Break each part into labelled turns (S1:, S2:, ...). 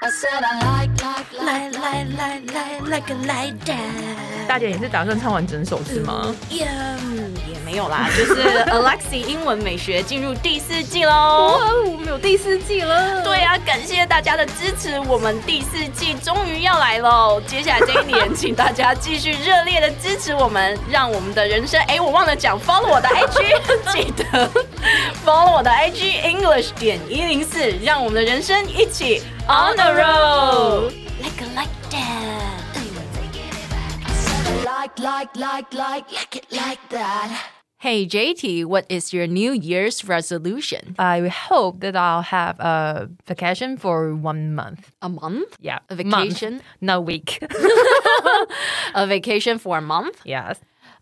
S1: I said I like, like, like, like, like, like, like, it like that.
S2: 大姐，你是打算唱完整首是吗？
S1: Yeah, mm,
S3: 也没有啦，就是 Alexi 英文美学进入第四季喽。
S2: 我们有第四季了。
S3: 对啊，感谢大家的支持，我们第四季终于要来喽！接下来这一年，请大家继续热烈的支持我们，让我们的人生……哎，我忘了讲 ，follow 我的 IG，记得 follow 我的 IG English 点一零四，让我们的人生一起 on the road。
S1: like, it like that. I said I like, like, like, like, like it like that.
S3: Hey JT，what is your New Year's resolution?
S2: I hope that I'll have a vacation for one month.
S3: A month?
S2: Yeah,
S3: A
S2: month,
S3: vacation?
S2: not week.
S3: A vacation for a month?
S2: yes.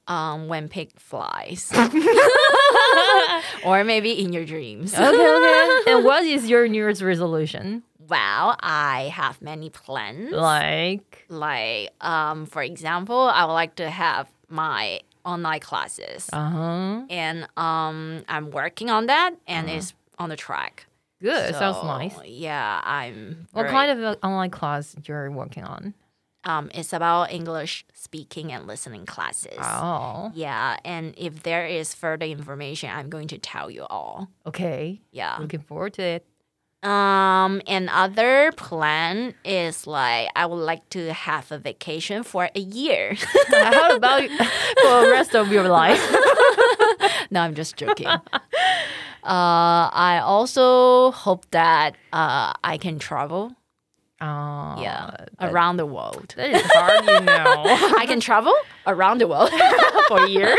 S3: Um, when pig flies. or maybe in your dreams.
S2: Okay, okay. and what is your New Year's resolution?
S3: Well, I have many plans.
S2: Like,
S3: Like, um, for example, I would like to have my online classes,
S2: uh huh.
S3: and um, I'm working on that, and it's on the track.
S2: Good. Uh-huh. Sounds
S3: So,
S2: nice.
S3: Yeah, I'm.
S2: What kind of uh, online class you're working on?
S3: Um, it's about English speaking and listening classes.
S2: Oh,
S3: Yeah, and if there is further information, I'm going to tell you all.
S2: okay.
S3: Yeah.
S2: Looking forward to it.
S3: Um, another plan is like I would like to have a vacation for a year.
S2: How about you- for the rest of your life?
S3: no, I'm just joking. uh, I also hope that uh, I can travel.
S2: Oh,
S3: Yeah, around the world.
S2: That is hard, you know.
S3: I can travel around the world.
S2: for a year.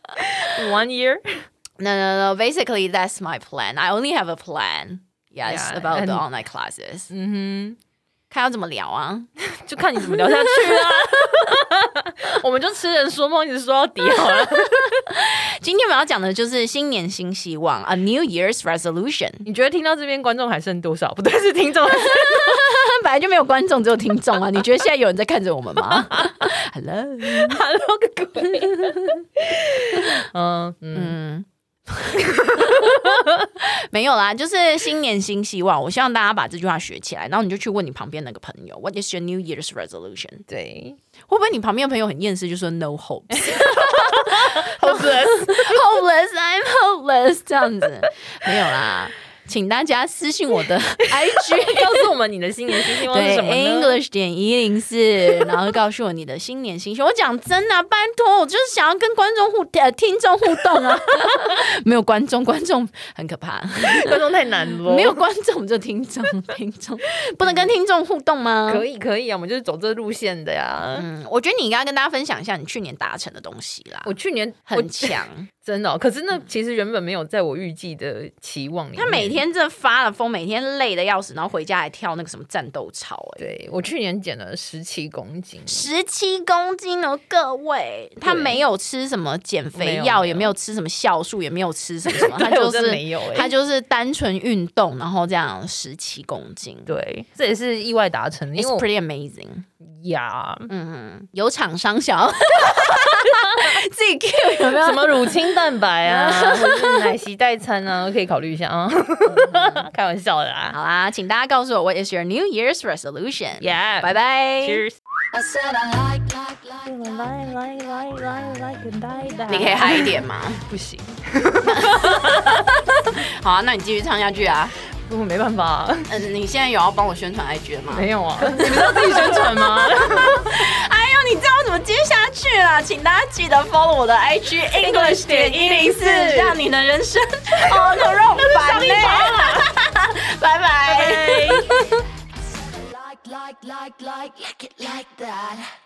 S2: One year.
S3: No, no, no. Basically, that's my plan. I only have a plan. Yeah, Mm-hmm. it's
S2: Yeah,
S3: about
S2: and-
S3: the online classes.
S2: 嗯
S3: 看要怎么聊啊？
S2: 哼，就看你怎么聊下去啦、 我们就痴人说梦，一直说到底好了。
S3: 今天我们要讲的就是新年新希望，A New Year's Resolution。
S2: 你觉得听到这边观众还剩多少？不对，是听众还剩。
S3: 但 本来就没有观众，只有听众啊！你觉得现在有人在看着我们 吗？Hello，
S2: Hello，个鬼。嗯嗯，
S3: 没有啦，就是新年新希望。我希望大家把这句话学起来，然后你就去问你旁边那个朋友，What is your New Year's Resolution？
S2: 对。
S3: 会不会你旁边的朋友很厌世，就说 No hope？
S2: 好准。
S3: hopeless, I'm hopeless 这样子， 没有啦，请大家私信我的 IG。
S2: 告诉我们你的新年新希望是
S3: 对
S2: 什么呢？
S3: ，English 点一 零四，然后告诉我你的新年新希望。我讲真的啊、拜托，我就是想要跟观众互呃听众互动 啊，没有观众，观众很可怕，
S2: 观众太难了。
S3: 没有观众就听众，听众不能跟听众互动吗？
S2: 可以可以啊，我们就是走这路线的呀。
S3: 嗯，我觉得你应该跟大家分享一下你去年达成的东西啦，
S2: 我去年 我
S3: 很强。
S2: 真的哦、可是那其实原本没有在我预计的期望里面。
S3: 他每天真的发了疯，每天累的要死，然后回家还跳那个什么战斗操、欸，
S2: 对我去年减了十七公斤，
S3: 十七公斤哦，各位，他没有吃什么减肥
S2: 没有没
S3: 药，
S2: 有
S3: 也没有吃什么酵素，也没有吃什么 什么，
S2: 对
S3: 他就
S2: 我真
S3: 是
S2: 没有欸
S3: 他就是单纯运动，然后这样十七公斤。
S2: 对，这也是意外达成的，因
S3: It's
S2: 为我
S3: pretty amazing。
S2: 呀，
S3: 嗯，有厂商想 要自 己 Q 有没有？
S2: 什么乳清蛋白 啊，或者是奶昔代餐啊，可以考虑一下啊， 开玩笑的啊啦
S3: 好啦，请大家告诉我 What is your New Year's resolution？
S2: ，Yeah，
S3: 拜拜。
S2: ，Cheers。
S1: I said I like, like, like, like.
S2: 来来来来来，跟大家
S3: 你可以嗨一点吗？
S2: 不行，
S3: 好啊，那你继续唱下去啊。
S2: 我没办法啊，
S3: 嗯，你现在有要帮我宣传 IG 了吗？
S2: 没有啊， 你 不是要自己宣传吗？
S3: 哎呦，你知道我怎么接下去啊？请大家记得 follow 我的 IG English 点一零四，让你的人生 哦 on the road 版内。欸 拜拜。
S1: I said I like, like, like, like, like it like that.